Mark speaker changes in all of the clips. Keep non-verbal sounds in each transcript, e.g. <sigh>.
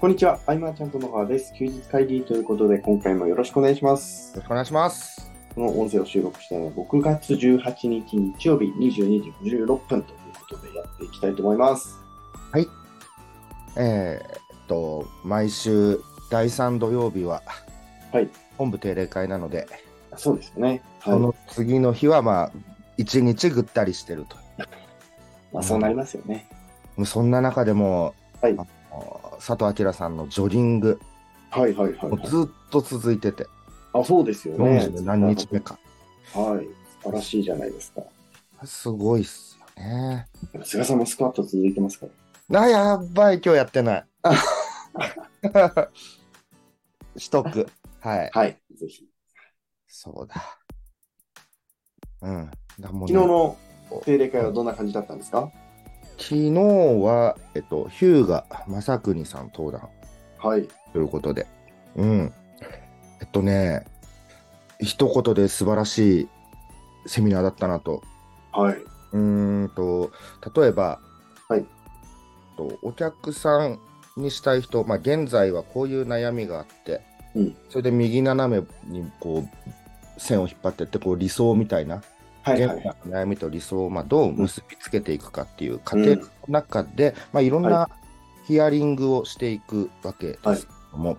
Speaker 1: こんにちは、アイマーちゃんとのはです。休日会議ということで、今回もよろしくお願いします。
Speaker 2: ろしくお願いします。
Speaker 1: この音声を収録したのは6月18日日曜日22時56分ということでやっていきたいと思います。
Speaker 2: えー、っと、毎週第3土曜日は、
Speaker 1: はい。
Speaker 2: 本部定例会なので、
Speaker 1: そうですね。は
Speaker 2: そ
Speaker 1: い。
Speaker 2: の次の日は、まあ、一日ぐったりしてると。
Speaker 1: まあそうなりますよね。
Speaker 2: もうそんな中でも、
Speaker 1: はい
Speaker 2: あの佐藤明さんのジョギング、
Speaker 1: はいはいはい、
Speaker 2: もうずっと続いてて、
Speaker 1: あ、そうですよね。
Speaker 2: 40何日目か。
Speaker 1: はい。素晴らしいじゃないですか。
Speaker 2: すごいっすよね。
Speaker 1: 菅さんもスクワット続いてますから。
Speaker 2: あ、やばい、今日やってない。 <laughs> しとく。はい。
Speaker 1: はい。ぜひ。
Speaker 2: そうだ。うん。だもうね
Speaker 1: 昨日の定例会はどんな感じだったんですか
Speaker 2: 昨日は、えっと、ヒューガ正邦さん登壇
Speaker 1: はい。
Speaker 2: ということで、うん。えっとね、一言で素晴らしいセミナーだったなと。
Speaker 1: はい。
Speaker 2: うーんと、例えば、
Speaker 1: はい
Speaker 2: えっと、お客さんにしたい人、まあ、現在はこういう悩みがあって、
Speaker 1: うん
Speaker 2: それで右斜めにこう、線を引っ張ってって、こう理想みたいな、
Speaker 1: はい
Speaker 2: 現
Speaker 1: はい。
Speaker 2: 在の悩みと理想をまあどう結びつけていくかっていう過程の中で、まあ、いろん
Speaker 1: は
Speaker 2: なヒアリングをしていくわけですけども、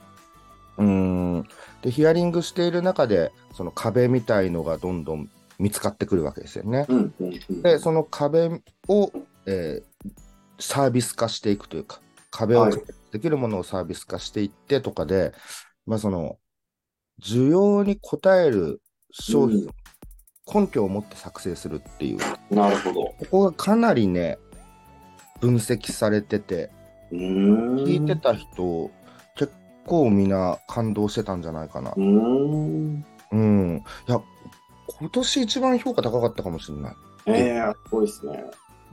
Speaker 2: うーんでヒアリングしている中でその壁みたいのがどんどん見つかってくるわけですよね。
Speaker 1: うんうんうん。
Speaker 2: でその壁を、えーサービス化していくというか壁を
Speaker 1: はい
Speaker 2: 解決できるものをサービス化していってとかで、まあ、その需要に応える商品、根拠を持って作成するっていう
Speaker 1: なるほど。
Speaker 2: ここがかなりね分析されてて
Speaker 1: うーん。
Speaker 2: 聞いてた人結構みんな感動してたんじゃないかな
Speaker 1: う。ーん。
Speaker 2: うん、いや今年一番評価高かったかもしれない。
Speaker 1: ええすごいですね。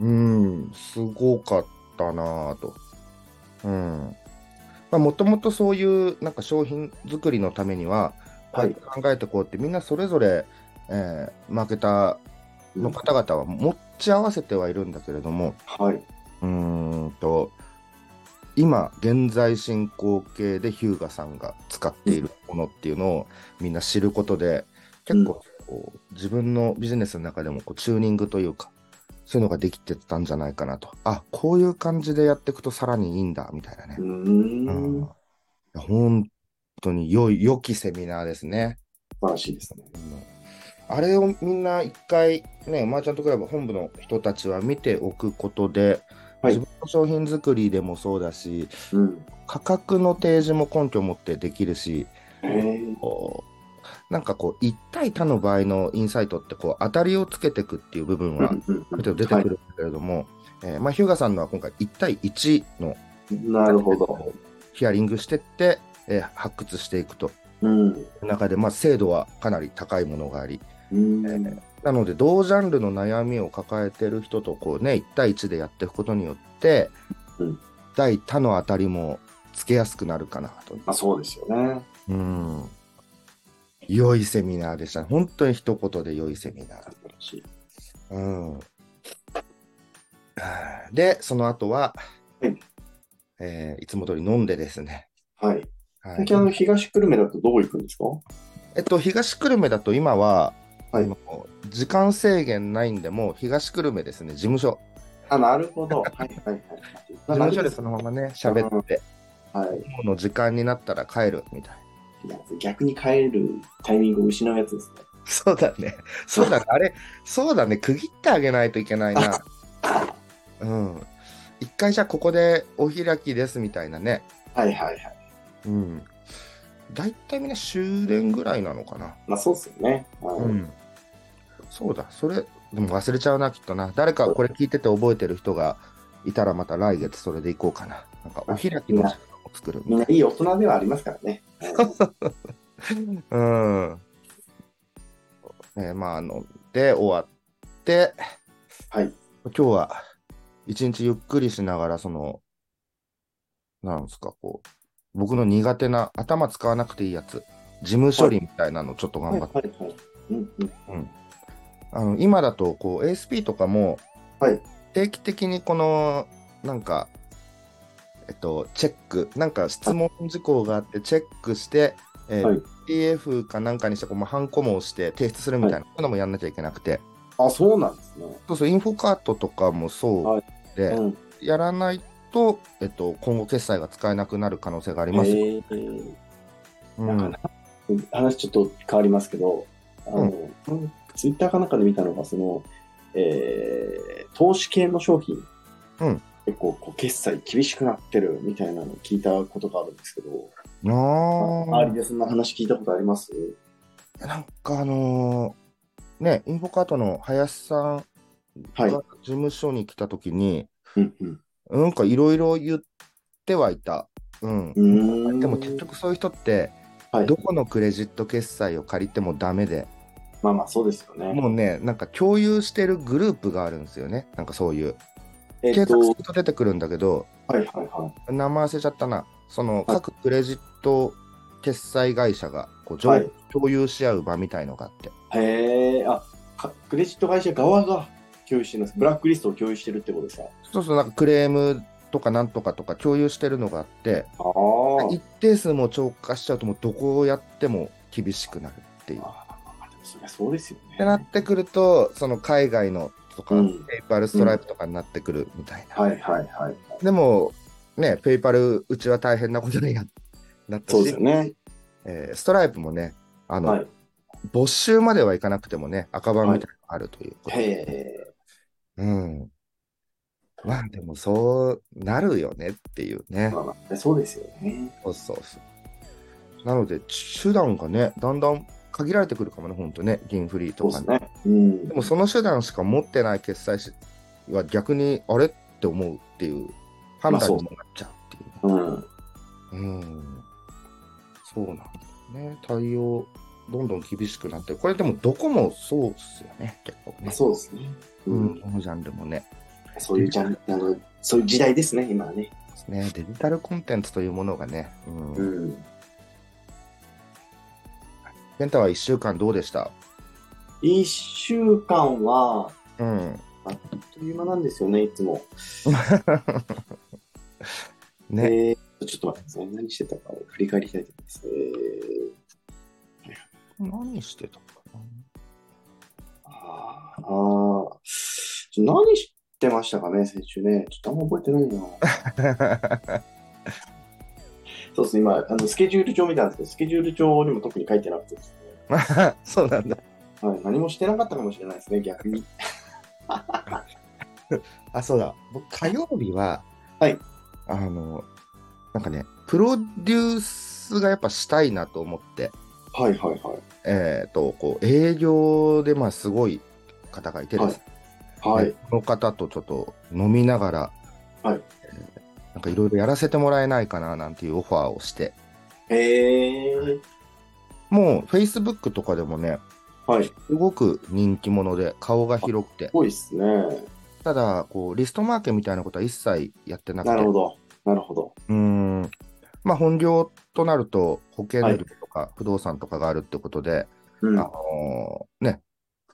Speaker 2: うん、すごかったなぁと。うん。まあ、もともとそういうなんか商品作りのためには、
Speaker 1: はい
Speaker 2: 考えてこうってみんなそれぞれ、えーマーケターの方々は持ち合わせてはいるんだけれども、
Speaker 1: はい。
Speaker 2: うーんと、今、現在進行形でヒューガさんが使っているものっていうのをみんな知ることで、結構こう自分のビジネスの中でもこうチューニングというか、そういうのができてたんじゃないかなと。あ、こういう感じでやっていくとさらにいいんだ、みたいなね
Speaker 1: うー。
Speaker 2: うん
Speaker 1: ん。
Speaker 2: い
Speaker 1: 素
Speaker 2: や本当に良い、良きセミナーですね。
Speaker 1: 晴らしいですね。
Speaker 2: うんあれをみんな一回ね、マーチャントクラブ本部の人たちは見ておくことで、
Speaker 1: はい
Speaker 2: 自分の商品作りでもそうだし、
Speaker 1: うん。
Speaker 2: 価格の提示も根拠を持ってできるし、
Speaker 1: ええ
Speaker 2: こうなんかこう、一対他の場合のインサイトってこう、当たりをつけていくっていう部分は、
Speaker 1: うん
Speaker 2: ある程度出てくるんだけれども、えーまあ、ヒューガさんのは今回1対1の
Speaker 1: なるほど。
Speaker 2: ヒアリングしてって、えー発掘していくと。
Speaker 1: うん。
Speaker 2: 中で、まあ、精度はかなり高いものがあり、
Speaker 1: うん。
Speaker 2: なので、同ジャンルの悩みを抱えてる人と、こうね、1対1でやっていくことによって、
Speaker 1: うん
Speaker 2: 対他の当たりもつけやすくなるかなと。
Speaker 1: まあそうですよね。
Speaker 2: うん。良いセミナーでした。本当に一言で良いセミナー
Speaker 1: 素晴らしい。。
Speaker 2: うん。で、その後は、
Speaker 1: はい
Speaker 2: えーいつも通り飲んでですね。
Speaker 1: はい。
Speaker 2: はい
Speaker 1: 最近あの、東久留米だとどこ行くんですか
Speaker 2: えっと、東久留米だと今は、
Speaker 1: はい
Speaker 2: 今こう時間制限ないんで、もう東久留米ですね、事務所。
Speaker 1: あ、なるほど。 <laughs> はいはいはい。
Speaker 2: 事務所でそのままね、喋って、
Speaker 1: はい。
Speaker 2: 今日の時間になったら帰るみたいな。
Speaker 1: 逆に帰るタイミングを失うやつですね。
Speaker 2: <laughs> そうだね。そうだね。あれ、そうだね。区切ってあげないといけないな。うん。一回じゃあここでお開きですみたいなね。
Speaker 1: はいはいはい。
Speaker 2: うん。大体みんな終電ぐらいなのかな。
Speaker 1: まあそうですよね。はい
Speaker 2: うん。そうだ。それ、でも忘れちゃうな、きっとな。誰かこれ聞いてて覚えてる人がいたらまた来月それで行こうかな。なんかお開きの時間を作るみた
Speaker 1: み
Speaker 2: いなん
Speaker 1: ないい大人ではありますからね。
Speaker 2: うん。えーまあ、あの、で、終わって、
Speaker 1: はい。
Speaker 2: 今日は、一日ゆっくりしながら、その、なんですか、こう、僕の苦手な、頭使わなくていいやつ、事務処理みたいなのちょっと
Speaker 1: は
Speaker 2: 頑
Speaker 1: い
Speaker 2: 張
Speaker 1: は
Speaker 2: って、
Speaker 1: いはい。うんうん。
Speaker 2: あの今だと、こう、ASP とかも、
Speaker 1: はい
Speaker 2: 定期的にこの、なんか、えっと、チェック、なんか質問事項があって、チェックして、えー
Speaker 1: はい
Speaker 2: PDF かなんかにして、こうまあハンコも押して提出するみたいな、そういうのもやんなきゃいけなくて、
Speaker 1: あ、そうなんですね。
Speaker 2: そうそう、インフォカートとかもそうで、
Speaker 1: うん。
Speaker 2: やらないと、えっと、今後決済が使えなくなる可能性があり
Speaker 1: え
Speaker 2: ます。
Speaker 1: ー
Speaker 2: う
Speaker 1: なんんかな話ちょっと変わりますけど、あの、ツイッターかなんかで見たのが、その、えー投資系の商品、
Speaker 2: うん
Speaker 1: 結構こう決済厳しくなってるみたいなのを聞いたことがあるんですけど、
Speaker 2: あー
Speaker 1: 周りでそんな話聞いたことあります
Speaker 2: なんかあのーね、インフォカートの林さん
Speaker 1: は
Speaker 2: が
Speaker 1: い。
Speaker 2: 事務所に来たときに、
Speaker 1: うんうん
Speaker 2: なんかいろいろ言ってはいた。うん。
Speaker 1: うーん
Speaker 2: でも結局そういう人って、
Speaker 1: はい
Speaker 2: どこのクレジット決済を借りてもダメで、
Speaker 1: まあまあそうですよね。
Speaker 2: もうね、なんか共有してるグループがあるんですよね。なんかそういう。
Speaker 1: えっ
Speaker 2: 検索
Speaker 1: と
Speaker 2: す、ると出てくるんだけど、
Speaker 1: はいはいは
Speaker 2: 名前忘れちゃったな。その
Speaker 1: はい
Speaker 2: 各クレジット決済会社がこう情
Speaker 1: はい
Speaker 2: 共有し合う場みたいのがあって。
Speaker 1: い。へえ、あかクレジット会社側が共有してるんです。ブラックリストを共有してるってことですか。
Speaker 2: そうそう、なんかクレームとかなんとかとか共有してるのがあって、
Speaker 1: ああ
Speaker 2: 一定数も超過しちゃうと、もうどこをやっても厳しくなるっていう。っ
Speaker 1: あーでもそりゃそうですよね。
Speaker 2: てなってくると、その海外のとか、
Speaker 1: うん
Speaker 2: ペイパルストライプとかになってくるみたいな。
Speaker 1: はいはいはい。
Speaker 2: でも、ね、ペイパル、うちは大変なことにななった <laughs>
Speaker 1: そう
Speaker 2: し、
Speaker 1: ですよね。
Speaker 2: えーストライプもね、あの、
Speaker 1: はい。
Speaker 2: 没収まではいかなくてもね、赤番みたいなのがあるということ
Speaker 1: へ
Speaker 2: で。
Speaker 1: え。
Speaker 2: うん。まあでもそうなるよねっていうね。
Speaker 1: まあまあ、そうですよね。
Speaker 2: そうそうそう。なので、手段がね、だんだん限られてくるかもね、ほんとね、銀フリー
Speaker 1: そう
Speaker 2: と
Speaker 1: で
Speaker 2: か
Speaker 1: す
Speaker 2: ね。
Speaker 1: ね。うん
Speaker 2: で。も、その手段しか持ってない決済しは逆に、あれって思うっていう判断にもなっちゃうっていうね、
Speaker 1: うん。
Speaker 2: うん。そうなんだよね。対応、どんどん厳しくなってるこれでも、どこもそうっすよね、結構
Speaker 1: まあ
Speaker 2: ね。
Speaker 1: そうですね。
Speaker 2: う、
Speaker 1: うんん。
Speaker 2: このジャンルもね。
Speaker 1: そういうジャンあの、そういう時代ですね、今はね。
Speaker 2: ですね。デジタルコンテンツというものがね。うん。
Speaker 1: う
Speaker 2: 健
Speaker 1: ん。
Speaker 2: 太は1週間どうでした
Speaker 1: 一週間は、
Speaker 2: うん。
Speaker 1: あっという間なんですよね、いつも。
Speaker 2: ね。
Speaker 1: えーちょっと待ってください。何してたかを振り返りたいと思います。え
Speaker 2: 何してたかな
Speaker 1: ー、あーあー、ちょ何してましたかね、先週ね。ちょっとあんま覚えてないな。そうですね、今、あのスケジュール帳見たんですけど、スケジュール帳にも特に書いてなくてですね。
Speaker 2: そうなんだ。
Speaker 1: はい、何もしてなかったかもしれないですね、逆に。
Speaker 2: あ、そうだ。僕、火曜日は、
Speaker 1: はい。
Speaker 2: あの、なんかね、プロデュースがやっぱしたいなと思って、
Speaker 1: はいはいはい。
Speaker 2: えっ、と、こう、営業で、まあ、すごい方がいてですね、
Speaker 1: はい。
Speaker 2: ねこの方とちょっと飲みながら、
Speaker 1: はい
Speaker 2: えーなんかいろいろやらせてもらえないかななんていうオファーをして、
Speaker 1: えー、
Speaker 2: もう Facebook とかでもね、
Speaker 1: はい。す
Speaker 2: すごく人気者で顔が広くて、
Speaker 1: ごいっすね。
Speaker 2: ただこうリストマーケみたいなことは一切やってなくて、
Speaker 1: なるほど。なるほど。
Speaker 2: うーんまあ、本業となると保険
Speaker 1: は
Speaker 2: 料
Speaker 1: い
Speaker 2: とか不動産とかがあるってことで、
Speaker 1: うん。
Speaker 2: あのーね、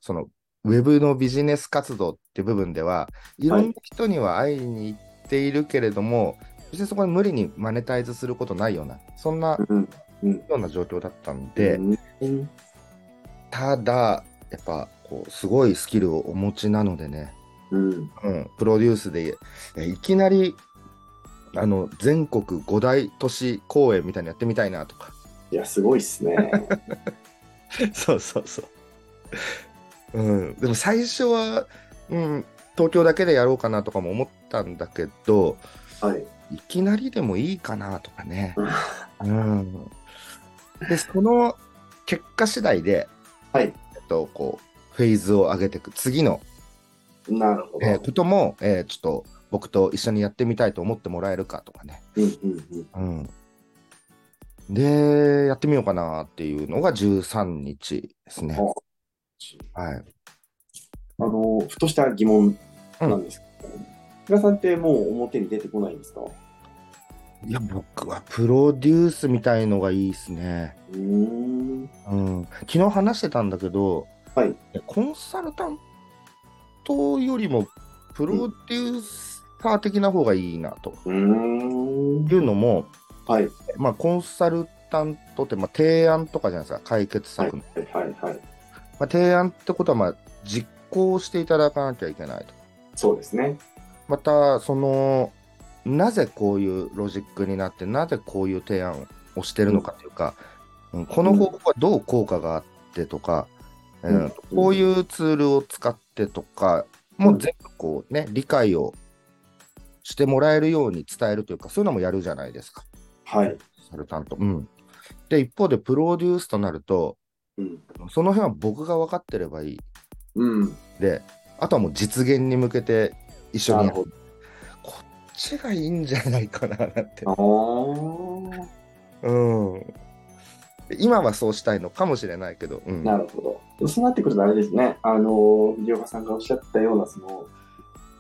Speaker 2: そのウェブのビジネス活動って部分ではいろんな人には会いに行っているけれども、別にそこに無理にマネタイズすることないようなそんな
Speaker 1: うん。うん。
Speaker 2: ような状況だったんで、
Speaker 1: うん、
Speaker 2: ただやっぱこうすごいスキルをお持ちなのでね、
Speaker 1: うん。
Speaker 2: うん、プロデュースでえいきなりあの全国5大都市公演みたいなのやってみたいなとか
Speaker 1: いや、すごいっすね。 <laughs>
Speaker 2: <laughs> そうそうそう、うん、でも最初は、うん、東京だけでやろうかなとかも思ったんだけど
Speaker 1: はい。
Speaker 2: いきなりでもいいかなとかね、
Speaker 1: うん
Speaker 2: うん、でその結果次第で、
Speaker 1: はい。
Speaker 2: えっと、こうフェーズを上げていく次の
Speaker 1: なるほど。
Speaker 2: えーことも、えーちょっと僕と一緒にやってみたいと思ってもらえるかとかね。
Speaker 1: うんうんうん。
Speaker 2: うん、で、やってみようかなっていうのが13日ですね。
Speaker 1: お
Speaker 2: はい、
Speaker 1: あの、ふとした疑問なんですけど、平さんってもう表に出てこないんですかう
Speaker 2: いや、僕はプロデュースみたいのがいいですね。
Speaker 1: ーん。
Speaker 2: うん、昨日話してたんだけど、
Speaker 1: はい
Speaker 2: コンサルタントよりもプロデューター的な方がいいなと
Speaker 1: うーん
Speaker 2: い。うのも、
Speaker 1: はい。
Speaker 2: まあ、コンサルタントって、まあ、提案とかじゃないですか解決
Speaker 1: はい
Speaker 2: 策の、。
Speaker 1: はい。はい。
Speaker 2: まあ、提案ってことは、まあ、実行していただかなきゃいけないと
Speaker 1: そうですね。
Speaker 2: またそのなぜこういうロジックになってなぜこういう提案をしてるのかというか、うんこの方法はどう効果があってとか、うん
Speaker 1: うん
Speaker 2: こういうツールを使ってとかもう全部こうね理解をしてもらえるように伝えるというかそういうのもやるじゃないですか
Speaker 1: はい。
Speaker 2: サルタント。うん、で一方でプロデュースとなると
Speaker 1: うん。
Speaker 2: その辺は僕が分かってればいい
Speaker 1: うん。
Speaker 2: であとはもう実現に向けて一緒
Speaker 1: な
Speaker 2: に
Speaker 1: る
Speaker 2: やる
Speaker 1: ほ
Speaker 2: こっちがいいんじゃないかななんて。
Speaker 1: ど。あ
Speaker 2: うん。今はそうしたいのかもしれないけど。うん
Speaker 1: あ。なるほど。そうなってくるとあれですね。あの、藤岡さんがおっしゃったような、その、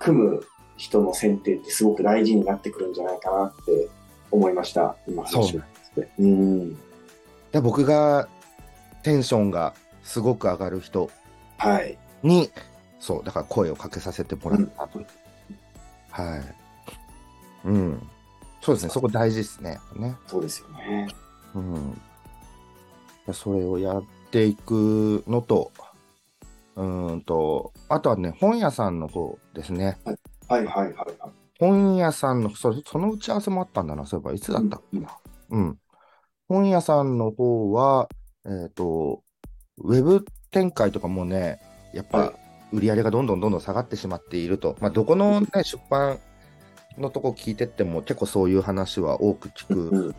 Speaker 1: 組む人の選定ってすごく大事になってくるんじゃないかなって思いました。今話を聞いて。うん。
Speaker 2: で僕がテンションがすごく上がる人
Speaker 1: はい。
Speaker 2: に、そう、だから声をかけさせてもらったと。はい。うん。そうですね、そこ大事ですね。やっぱね。
Speaker 1: そうですよね。
Speaker 2: うん。それをやっていくのと、うーんと、あとはね、本屋さんの方ですね。
Speaker 1: はいはいはいはい。
Speaker 2: 本屋さんの、それその打ち合わせもあったんだな、そういえば、いつだったっけな。うん。本屋さんの方は、えっ、と、ウェブ展開とかもね、やっ
Speaker 1: は
Speaker 2: ぱ
Speaker 1: い
Speaker 2: 売り上げがどんどんどんどん下がってしまっていると、まあ、どこの、ね、出版のとこ聞いてっても、結構そういう話は多く聞く
Speaker 1: うん。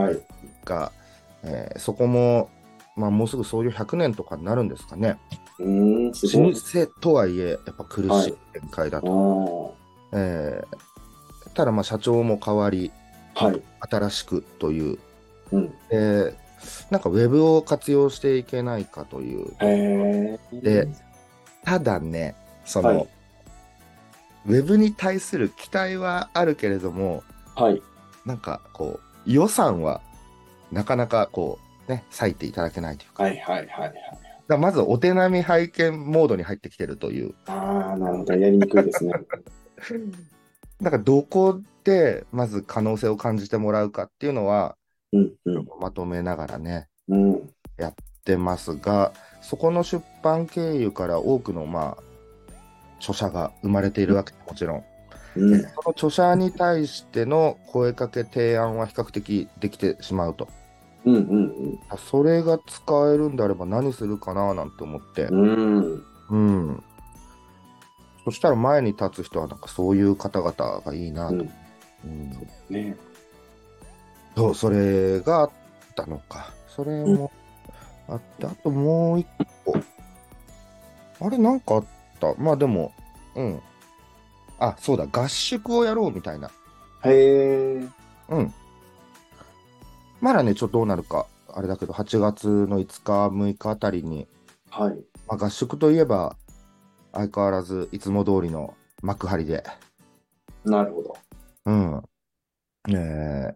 Speaker 1: はい。
Speaker 2: が、えーそこも、まあ、もうすぐ創業100年とかになるんですかね。
Speaker 1: うーん、す
Speaker 2: 老
Speaker 1: ごいです。
Speaker 2: 舗とはいえ、やっぱ苦
Speaker 1: は
Speaker 2: し
Speaker 1: い
Speaker 2: い展開だ
Speaker 1: あ
Speaker 2: と。
Speaker 1: あ。は
Speaker 2: えーただ、まあ、社長も変わり、
Speaker 1: い。
Speaker 2: 新しくという、
Speaker 1: うん。
Speaker 2: でなんかウェブを活用していけないかという、
Speaker 1: へえ。
Speaker 2: でただね、その、
Speaker 1: はい
Speaker 2: ウェブに対する期待はあるけれども、
Speaker 1: はい。
Speaker 2: なんかこう、予算はなかなかこう、ね、割いていただけないというか、
Speaker 1: はいはいはいはい。
Speaker 2: だからまずお手並み拝見モードに入ってきてるという、
Speaker 1: ああ、なるほど。やりにくいですね。
Speaker 2: なんかどこでまず可能性を感じてもらうかっていうのは、
Speaker 1: うんうん。
Speaker 2: まとめながらね、
Speaker 1: うん。
Speaker 2: ってますが、そこの出版経由から多くの、まあ、著者が生まれているわけでもちろん、
Speaker 1: うん。
Speaker 2: その著者に対しての声かけ、提案は比較的できてしまうと、
Speaker 1: うんうん
Speaker 2: あそれが使えるんであれば何するかななんて思って、
Speaker 1: うん。うん。
Speaker 2: うん、そしたら前に立つ人は、なんかそういう方々がいいなと、
Speaker 1: うん
Speaker 2: うん
Speaker 1: ね。
Speaker 2: そう、それがあったのか、それもあって、あともう一個、あれ、なんかあった、まあでも、うん、あそうだ、合宿をやろうみたいな。
Speaker 1: へえ。
Speaker 2: うん。まだね、ちょっとどうなるか、あれだけど、8月の5日、6日あたりに、
Speaker 1: はい。
Speaker 2: まあ、合宿といえば、相変わらずいつも通りの幕張で、
Speaker 1: なるほど。
Speaker 2: うん。えー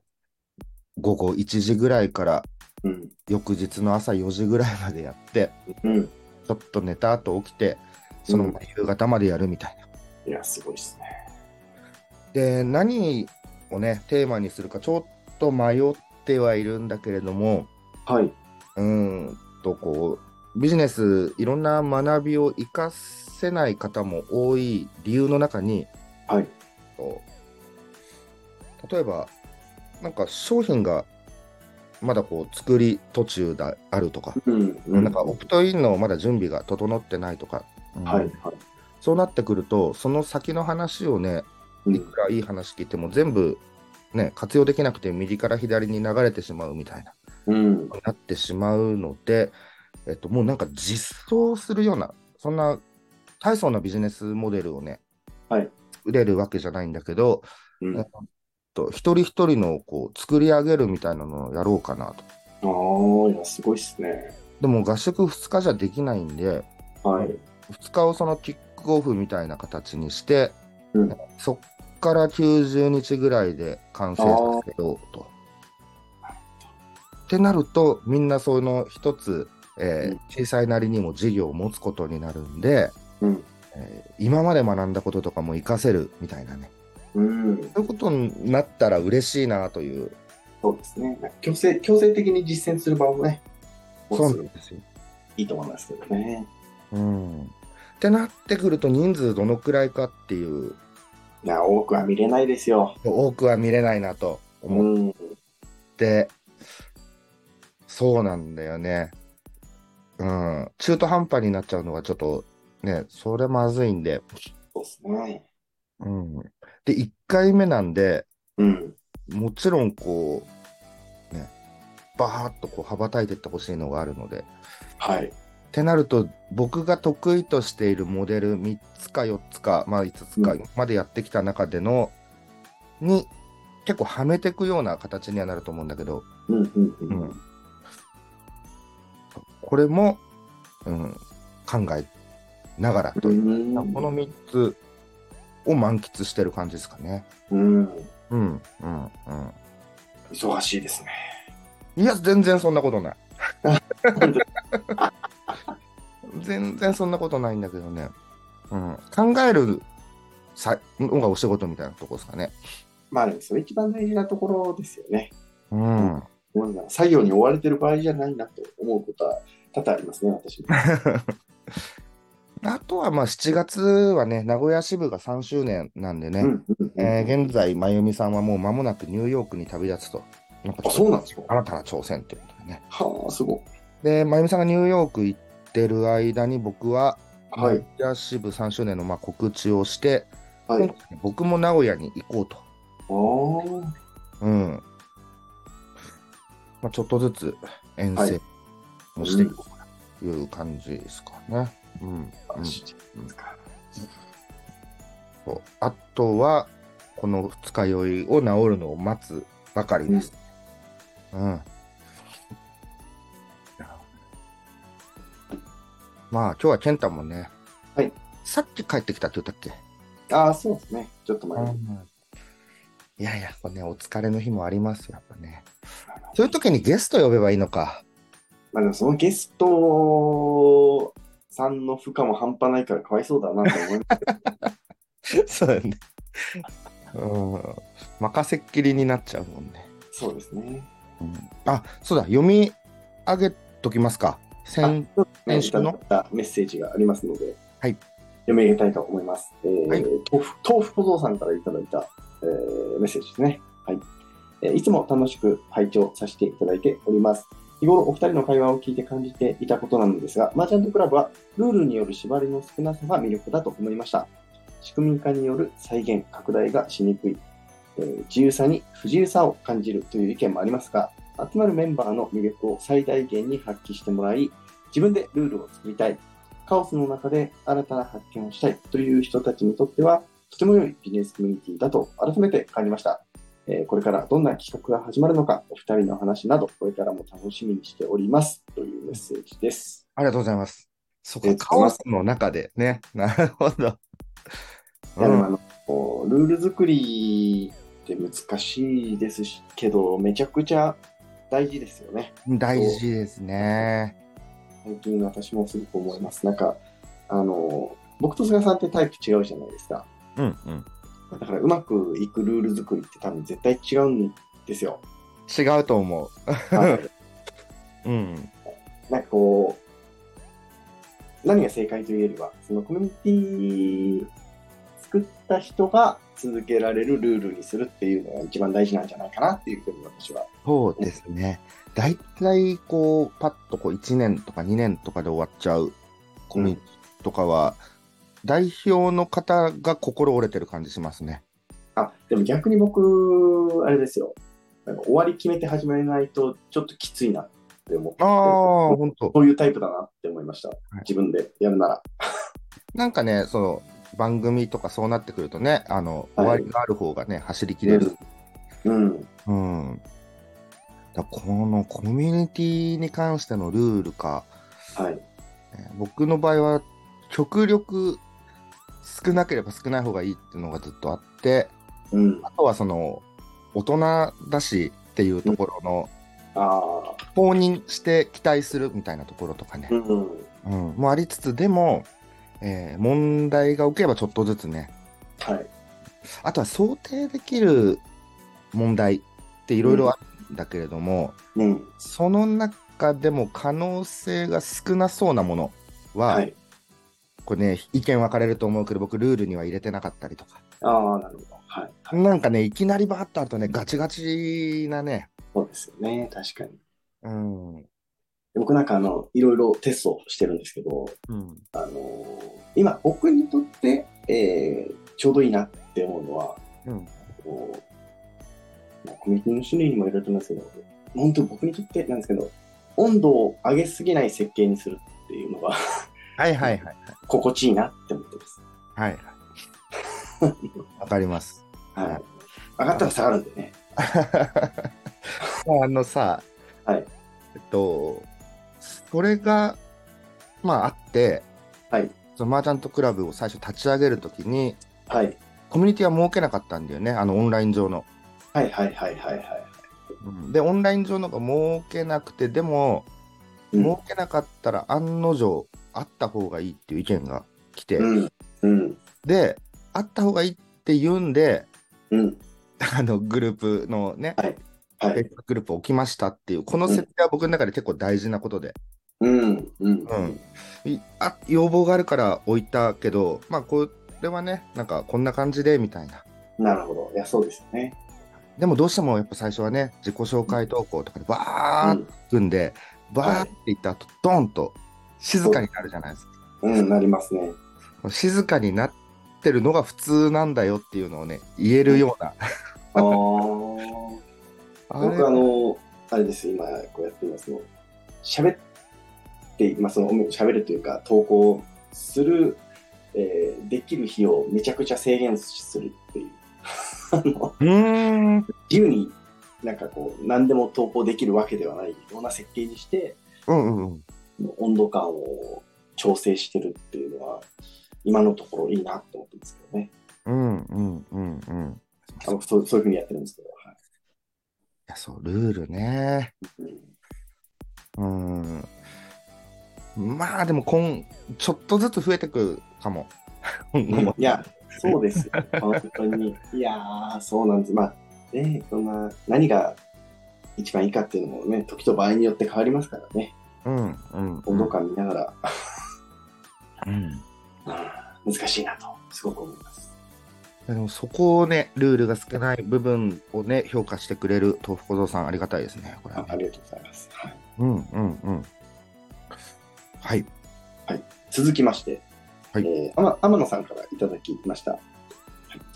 Speaker 2: 午後1時ぐらいから、
Speaker 1: うん。
Speaker 2: 翌日の朝4時ぐらいまでやって、
Speaker 1: うん。
Speaker 2: ちょっと寝た後起きて、そのまま夕方までやるみたいな。
Speaker 1: いや、すごいですね。
Speaker 2: で、何をね、テーマにするか、ちょっと迷ってはいるんだけれども、
Speaker 1: はい。
Speaker 2: うーんとこうビジネスいろんな学びを生かせない方も多い理由の中に、
Speaker 1: はい
Speaker 2: と例えばなんか商品がまだこう作り途中であるとか、
Speaker 1: うん。う
Speaker 2: なんかオプトインのまだ準備が整ってないとか、うん
Speaker 1: はいは
Speaker 2: そうなってくるとその先の話をね
Speaker 1: い。う
Speaker 2: い
Speaker 1: ん
Speaker 2: く。らいい話聞いても全部、ね、活用できなくて右から左に流れてしまうみたいな。
Speaker 1: うん。
Speaker 2: なってしまうので、えっと、もうなんか実装するような、そんな大層なビジネスモデルをね、
Speaker 1: はい
Speaker 2: 作れるわけじゃないんだけど、
Speaker 1: うん。
Speaker 2: えっ
Speaker 1: あ
Speaker 2: と一人一人のこう作り上げるみたいなのをやろうかなと。
Speaker 1: あ、いや、すごいですね。
Speaker 2: でも合宿2日じゃできないんで、
Speaker 1: はい。
Speaker 2: 2日をそのキックオフみたいな形にして、
Speaker 1: うん
Speaker 2: そっから90日ぐらいで完成させようと。ってなるとみんなその一つ、えー
Speaker 1: うん
Speaker 2: 小さいなりにも事業を持つことになるんで、
Speaker 1: うん
Speaker 2: えー今まで学んだこととかも活かせるみたいなね、
Speaker 1: ううん、
Speaker 2: そういうことになったら嬉しいなという。
Speaker 1: そうですね。強制、強制的に実践する場もね、も
Speaker 2: そうう
Speaker 1: す
Speaker 2: な
Speaker 1: ぐ
Speaker 2: んですよ。
Speaker 1: いいと思いますけどね。
Speaker 2: うん。ってなってくると人数どのくらいかっていう、
Speaker 1: いや、多くは見れないですよ。
Speaker 2: 多くは見れないなと
Speaker 1: う
Speaker 2: 思っ
Speaker 1: ん。
Speaker 2: て、そうなんだよね。うん。中途半端になっちゃうのはちょっとね、それまずいんで、
Speaker 1: そうですね。
Speaker 2: うん。で、1回目なんで、
Speaker 1: うん。
Speaker 2: もちろんこう、ね、バーッとこう羽ばたいていってほしいのがあるので。
Speaker 1: はい。
Speaker 2: ってなると、僕が得意としているモデル3つか4つか、まあ5つか
Speaker 1: うん
Speaker 2: までやってきた中での、に結構はめていくような形にはなると思うんだけど、
Speaker 1: うんうんうん。
Speaker 2: うんこれも、うん、考えながらという、
Speaker 1: うん
Speaker 2: この3つを満喫してる感じですかね。
Speaker 1: うん。
Speaker 2: うん、うん、うん。
Speaker 1: 忙しいですね。
Speaker 2: いや、全然そんなこと <laughs> ない。全然そんなことないんだけどね。うん、考えるさのがお仕事みたいなとこですかね。
Speaker 1: まあ、でもそれ一番大事なところですよね。
Speaker 2: うん。
Speaker 1: なんだ作業に追われてる場合じゃないなと思うことは多々ありますね、私も。
Speaker 2: あとはまあ7月はね、名古屋支部が3周年なんでね、
Speaker 1: うんうんうん
Speaker 2: えー現在、まゆみさんはもう間もなくニューヨークに旅立つと。なんかちょっと
Speaker 1: あそうなんですか
Speaker 2: 新たな挑戦ということでね。
Speaker 1: はあ、すごい。
Speaker 2: で、まゆみさんがニューヨーク行ってる間に僕は、
Speaker 1: は
Speaker 2: 名
Speaker 1: い。
Speaker 2: 古屋支部3周年のまあ告知をして、
Speaker 1: はい。
Speaker 2: 今回僕も名古屋に行こうと。
Speaker 1: あ
Speaker 2: うん。まあ、ちょっとずつ遠征をしていこうかなという感じですかね。うん。
Speaker 1: あ、素晴らしいじゃないですか。
Speaker 2: そうあとは、この二日酔いを治るのを待つばかりです。うん。まあ、今日は健太もね、
Speaker 1: はい、
Speaker 2: さっき帰ってきたって言ったっけ
Speaker 1: ああ、そうですね。ちょっと前に。
Speaker 2: いやいや、これね、お疲れの日もありますよ、やっぱね。そういう時にゲスト呼べばいいのか。 <laughs>
Speaker 1: まあでもそのゲストさんの負荷も半端ないからかわいそうだなと思い <laughs> ます。
Speaker 2: そうだね。うん。任せっきりになっちゃうもんね。
Speaker 1: そうですね。
Speaker 2: あ、そうだ、読み上げときますか。先
Speaker 1: ね、い
Speaker 2: 先週
Speaker 1: ただ
Speaker 2: の
Speaker 1: い。たメッセージがありますので、
Speaker 2: はい
Speaker 1: 読み上げたいと思います。えー
Speaker 2: はい
Speaker 1: 豆腐豆腐小僧さんからいただいた、えーメッセージですね、はいえーいつも楽しく拝聴させていただいております。日頃お二人の会話を聞いて感じていたことなのですが、マーチャントクラブはルールによる縛りの少なさが魅力だと思いました。仕組み化による再現、拡大がしにくい、えー自由さに不自由さを感じるという意見もありますが、集まるメンバーの魅力を最大限に発揮してもらい、自分でルールを作りたい、カオスの中で新たな発見をしたいという人たちにとっては、とても良いビジネスコミュニティだと改めて感じました。えーこれからどんな企画が始まるのか、お二人の話など、これからも楽しみにしておりますというメッセージです。
Speaker 2: ありがとうございます。そ
Speaker 1: え
Speaker 2: こ
Speaker 1: ー
Speaker 2: カオスの中でね。 <laughs> なるほど。
Speaker 1: いやでも
Speaker 2: うん
Speaker 1: あのこうルール作りって難しいですしけど、めちゃくちゃ大事ですよね。
Speaker 2: 大事ですね。
Speaker 1: 最近私もすごく思います。なんか、あの、僕と菅さんってタイプ違うじゃないですか。
Speaker 2: うんうん。
Speaker 1: だからうまくいくルール作りって多分絶対違うんですよ。
Speaker 2: 違うと思
Speaker 1: はい、
Speaker 2: う。うん。
Speaker 1: なんかこう、何が正解というよりは、そのコミュニティ作った人が続けられるルールにするっていうのが一番大事なんじゃないかなっていうふうに私は。
Speaker 2: そうですね。大体こう、パッとこう1年とか2年とかで終わっちゃうコミュニティとかは、代表の方が心折れてる感じしますね。
Speaker 1: あ、でも逆に僕、あれですよ。なんか終わり決めて始めないとちょっときついなって思って。
Speaker 2: ああ、本当。
Speaker 1: そういうタイプだなって思いました。
Speaker 2: い
Speaker 1: 自分でやるなら。
Speaker 2: なんかね、その番組とかそうなってくるとね、あの、
Speaker 1: はい
Speaker 2: 終わりがある方がね、走り切れる。
Speaker 1: うん。
Speaker 2: うん。だこのコミュニティに関してのルールか、
Speaker 1: はい。
Speaker 2: ね僕の場合は極力少なければ少ない方がいいっていうのがずっとあって、
Speaker 1: うん。あ
Speaker 2: あとはその大人だしっていうところの
Speaker 1: あ。
Speaker 2: 公認して期待するみたいなところとかね、
Speaker 1: うん。
Speaker 2: うん、もありつつでも、えー問題が起きればちょっとずつね
Speaker 1: はい。
Speaker 2: あとは想定できる問題っていろいろあるんだけれども、
Speaker 1: うん。
Speaker 2: その中でも可能性が少なそうなものは、
Speaker 1: はい。
Speaker 2: これね、意見分かれると思うけど、僕、ルールには入れてなかったりとか、
Speaker 1: ああ、なるほど。はい。はい、
Speaker 2: なんかね、いきなりバーッとあるとね、ガチガチなね、
Speaker 1: そうですよね。確かに。
Speaker 2: うん、
Speaker 1: 僕なんかあの、いろいろテストしてるんですけど、
Speaker 2: うん、
Speaker 1: あのー今、僕にとって、えーちょうどいいなって思うのは、
Speaker 2: うん、
Speaker 1: こうまあコミュニティの種類にもいろいろと思いますけど、本当僕にとってなんですけど、温度を上げすぎない設計にするっていうのが <laughs>
Speaker 2: はいはいはい、
Speaker 1: 心地いいなって思ってます。
Speaker 2: はい <laughs> はい、わかります。 <laughs>
Speaker 1: はい、上がったら下がるんでね。
Speaker 2: あのさ、
Speaker 1: はい
Speaker 2: えっと、それが、まああって、
Speaker 1: はい、
Speaker 2: そのマーチャントクラブを最初立ち上げるときに、
Speaker 1: はい、
Speaker 2: コミュニティは設けなかったんだよね、あのオンライン上の。
Speaker 1: はい、はい、はい、はい、はい。
Speaker 2: で、オンライン上のが設けなくて、でも、
Speaker 1: うん
Speaker 2: 設けなかったら案の定、あった方がいいっていう意見が来て、
Speaker 1: うん、うん、
Speaker 2: で、あった方がいいって言うんで、 <laughs>
Speaker 1: うん、
Speaker 2: あのグループのね、
Speaker 1: は
Speaker 2: Facebook
Speaker 1: い。
Speaker 2: グループを置きましたっていう、この設定は僕の中で結構大事なことで、
Speaker 1: うん、うん、
Speaker 2: うんいあ要望があるから置いたけど、まあ、これはね、なんかこんな感じでみたいな。
Speaker 1: なるほど。いや、そうですよね。
Speaker 2: でもどうしてもやっぱ最初はね、自己紹介投稿とかで
Speaker 1: う
Speaker 2: バーっ
Speaker 1: ん、
Speaker 2: 組んで、バーっていった後、ドーンと静かになるじゃないですか。
Speaker 1: うん、なります
Speaker 2: <laughs>
Speaker 1: ね。
Speaker 2: 静かになってるのが普通なんだよっていうのをね、言えるような。
Speaker 1: ああ。
Speaker 2: あれ
Speaker 1: 僕あの、あれです、今こうやってますの。喋って、まあ、その喋るというか、投稿する、えーできる日をめちゃくちゃ制限するっていう。あの
Speaker 2: うーん。
Speaker 1: 自由になんかこう、何でも投稿できるわけではないような設計にして、
Speaker 2: うんうんうん。
Speaker 1: 温度感を調整してるっていうのは、今のところいいなと思ってますけどね。
Speaker 2: うんうんうんうん。い
Speaker 1: あのそうそういうふうにやってるんですけど。はい
Speaker 2: や、そう、ルールね。
Speaker 1: うん
Speaker 2: うーん。まあ、でもこん、ちょっとずつ増えてくかも。
Speaker 1: いや、そうですよ、本当に。いやー、そうなんです。まあ、ね、そんな、何が一番いいかっていうのもね、時と場合によって変わりますからね、
Speaker 2: うんうんう
Speaker 1: 温度
Speaker 2: ん。
Speaker 1: 感見ながら、
Speaker 2: うん
Speaker 1: あー難しいなと、すごく思います。
Speaker 2: でもそこをね、ルールが少ない部分をね、評価してくれる豆腐小僧さん、ありがたいですね、これは
Speaker 1: あ
Speaker 2: ね
Speaker 1: ありがとうございます。はい、
Speaker 2: うんうんうん。はい。
Speaker 1: 続きまして、
Speaker 2: はい
Speaker 1: えー天天野さんからいただきました。はい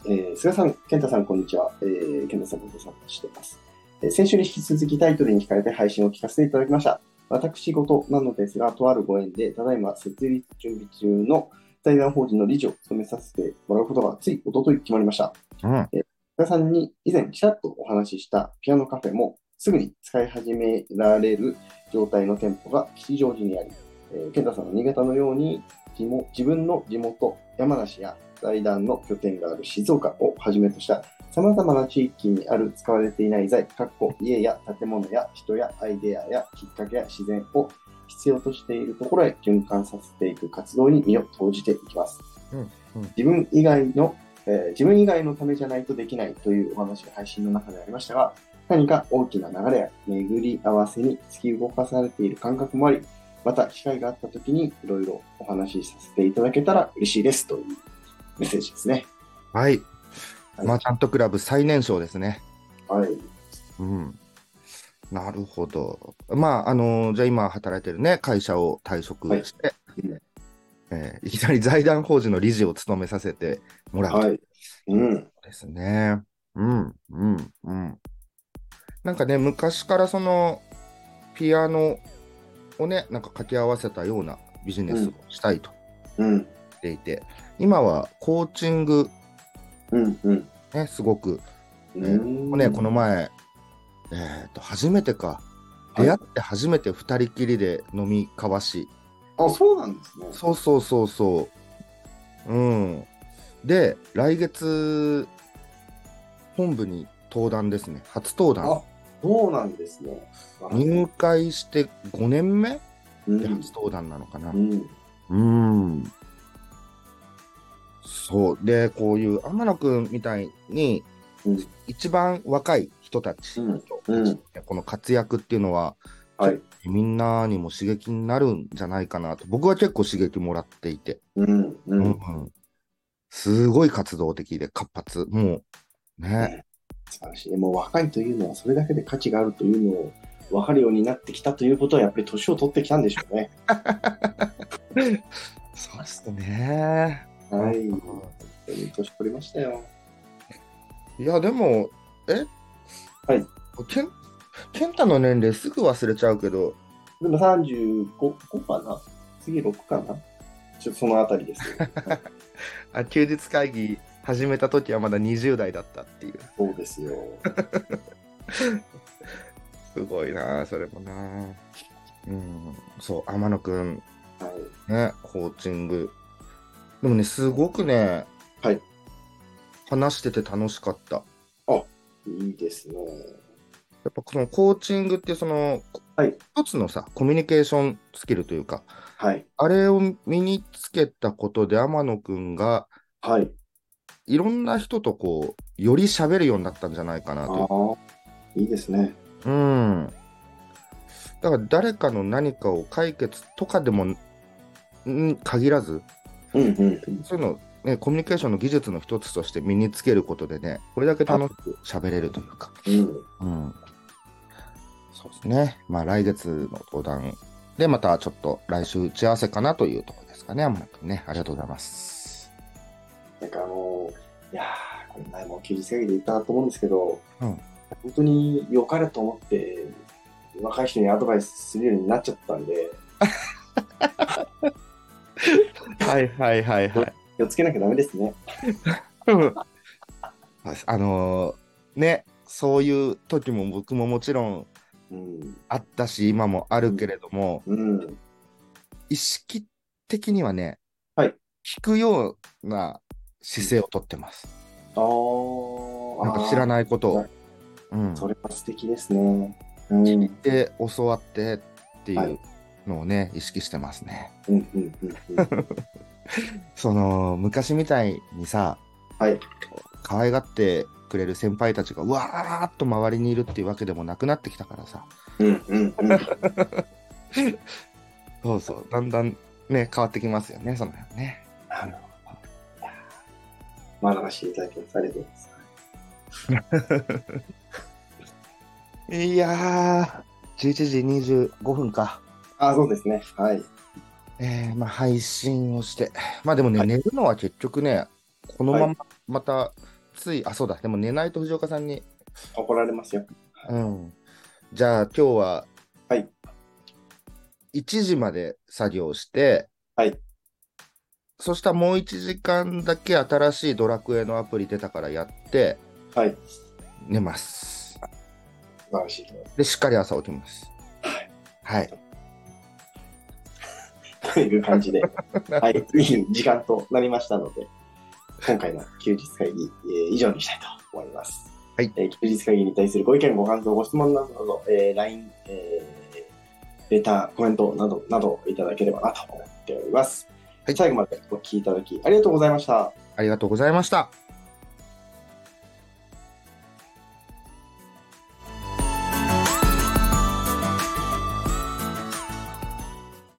Speaker 1: えー菅さん、健太さん、こんにちは。えー、健太さん、ご無沙汰しています。えー先週に引き続きタイトルに惹かれて配信を聞かせていただきました。私事なのですが、とあるご縁で、ただいま設立準備中の財団法人の理事を務めさせてもらうことがつい一昨日決まりました。
Speaker 2: うん。
Speaker 1: 皆さんに以前ちらっとお話ししたピアノカフェもすぐに使い始められる状態の店舗が吉祥寺にあり、えー、健太さんの新潟のように地も自分の地元山梨や財団の拠点がある静岡をはじめとしたさまざまな地域にある使われていない財、かっこ家や建物や人やアイデアやきっかけや自然を必要としているところへ循環させていく活動に身を投じていきます。
Speaker 2: うんうん
Speaker 1: 自分以外のえー自分以外のためじゃないとできないというお話が配信の中でありましたが、何か大きな流れや巡り合わせに突き動かされている感覚もあり、また機会があった時にいろいろお話しさせていただけたら嬉しいですというメッセージですね。
Speaker 2: は
Speaker 1: は
Speaker 2: い。
Speaker 1: い
Speaker 2: マーチャントクラブ最年少ですね。
Speaker 1: はい。
Speaker 2: うん。なるほど。まあ、あのじゃあ今働いてるね、会社を退職して、
Speaker 1: うん
Speaker 2: えーいきなり財団法人の理事を務めさせてもらうと
Speaker 1: はい。うん。
Speaker 2: ですね。うん、うん、うん。なんかね、昔からそのピアノをね、なんか掛け合わせたようなビジネスをしたいと
Speaker 1: うん。
Speaker 2: 言っていて、今はコーチング、
Speaker 1: うん。うん。
Speaker 2: ね、すごく、
Speaker 1: う
Speaker 2: ね
Speaker 1: ん
Speaker 2: ね、この前、えっと、初めてか、
Speaker 1: はい
Speaker 2: 出会って初めて2人きりで飲み交わし、
Speaker 1: あ、そうなんですね。
Speaker 2: そうそうそうそう。うん。で、来月、本部に登壇ですね。初登壇。
Speaker 1: あ、そうなんですね。あ
Speaker 2: 入会して5年目
Speaker 1: うん
Speaker 2: で初登壇なのかな
Speaker 1: う。ん。
Speaker 2: うん。すそう。で、こういう天野くんみたいに、
Speaker 1: うん
Speaker 2: 一番若い人たちの、
Speaker 1: うんうん
Speaker 2: この活躍っていうのは、
Speaker 1: はい。
Speaker 2: みんなにも刺激になるんじゃないかなと。僕は結構刺激もらっていて、
Speaker 1: うん、う。
Speaker 2: うんんすごい活動的で活発。もう、ね。
Speaker 1: 素晴らしい。もう若いというのはそれだけで価値があるというのを分かるようになってきたということはやっぱり年を取ってきたんでしょうね。
Speaker 2: そうっすね。
Speaker 1: はい。
Speaker 2: う
Speaker 1: 本
Speaker 2: ん
Speaker 1: 当に年取りましたよ。
Speaker 2: いや、でも、え
Speaker 1: はい。
Speaker 2: けん、健太の年齢すぐ忘れちゃうけど、
Speaker 1: でも35かな次6かなちょっとそのあたりですけど。
Speaker 2: あ休日会議始めた時はまだ20代だったっていう。
Speaker 1: そうです
Speaker 2: <laughs>
Speaker 1: よ。
Speaker 2: すごいなあ、それもなあ。うん、そう、天野くん、
Speaker 1: はい。
Speaker 2: ね、コーチング。でもね、すごくね、
Speaker 1: はい。
Speaker 2: 話してて楽しかった。や
Speaker 1: いいですね。
Speaker 2: っぱこのコーチングって、その、
Speaker 1: はい
Speaker 2: 一つのさ、コミュニケーションスキルというか、
Speaker 1: はい。
Speaker 2: あれを身につけたことで天野くんが、
Speaker 1: はい。
Speaker 2: いろんな人とこう、より喋るようになったんじゃないかな
Speaker 1: あ
Speaker 2: と。
Speaker 1: あ。いいですね。
Speaker 2: うん。だから誰かの何かを解決とかでも、ん限らず、
Speaker 1: うんうん。
Speaker 2: そういうの、ね、コミュニケーションの技術の一つとして身につけることでね、これだけ楽しく喋れるというか。
Speaker 1: うん。
Speaker 2: うん。そうですね。まあ来月の登壇で、またちょっと来週打ち合わせかなというところですかね、天野くんね。ありがとうございます。
Speaker 1: なんかあのいやー、これ前も休日会議で言ったと思うんですけど、
Speaker 2: うん
Speaker 1: 本当に良かれと思って、若い人にアドバイスするようになっちゃったんで、
Speaker 2: はいはいはい。
Speaker 1: はい
Speaker 2: <laughs>
Speaker 1: 気をつけなきゃダメですね。
Speaker 2: あのーね、そういう時も僕ももちろん
Speaker 1: うん。
Speaker 2: あったし、今もあるけれども、
Speaker 1: うん。
Speaker 2: 意識的にはね、
Speaker 1: はい
Speaker 2: 聞くような姿勢をとってます。
Speaker 1: あー。
Speaker 2: なんか知ら
Speaker 1: い。
Speaker 2: ないこと
Speaker 1: は
Speaker 2: を
Speaker 1: い。
Speaker 2: うん、
Speaker 1: それは素敵ですね。うん。うん
Speaker 2: で教わってってい
Speaker 1: は
Speaker 2: う
Speaker 1: い
Speaker 2: のをね、意識してますね。
Speaker 1: うんうん
Speaker 2: <laughs>
Speaker 1: うん。
Speaker 2: その昔みたいにさ、
Speaker 1: はい。
Speaker 2: 可愛がってくれる先輩たちがうわーっと周りにいるっていうわけでもなくなってきたか
Speaker 1: <laughs>
Speaker 2: らさ、
Speaker 1: うんうんうん。
Speaker 2: そうそう、だんだんね、変わってきますよね、その辺ね。
Speaker 1: なるほど。いやーまだ話していただきます。ありがとうございます。
Speaker 2: いやー、11時25分か。
Speaker 1: あー、そうですね。はい。
Speaker 2: えーまあ、配信をして、まあでもね、
Speaker 1: はい
Speaker 2: 寝るのは結局ね、このま
Speaker 1: は
Speaker 2: ままた、つい、あ、そうだ、でも寝ないと藤岡さんに、
Speaker 1: 怒られますよ。
Speaker 2: うん、じゃあ今日は、
Speaker 1: はい
Speaker 2: 1時まで作業して、
Speaker 1: はい
Speaker 2: そしたらもう1時間だけ新しいドラクエのアプリ出たからやって、
Speaker 1: はい。
Speaker 2: 寝ます。
Speaker 1: 素晴らしいと思います。
Speaker 2: で、しっかり朝起きます。はい。
Speaker 1: <laughs> という感
Speaker 2: <laughs>
Speaker 1: じで、はい、いい時間となりましたので、今回の休日会議、えー以上にしたいと思います。
Speaker 2: はい
Speaker 1: えー休日会議に対するご意見、ご感想、ご質問などなど、えー LINE、えーレター、コメントなどなどいただければなと思っております。
Speaker 2: はい
Speaker 1: 最後までお聞きいただきありがとうございました。
Speaker 2: ありがとうございました。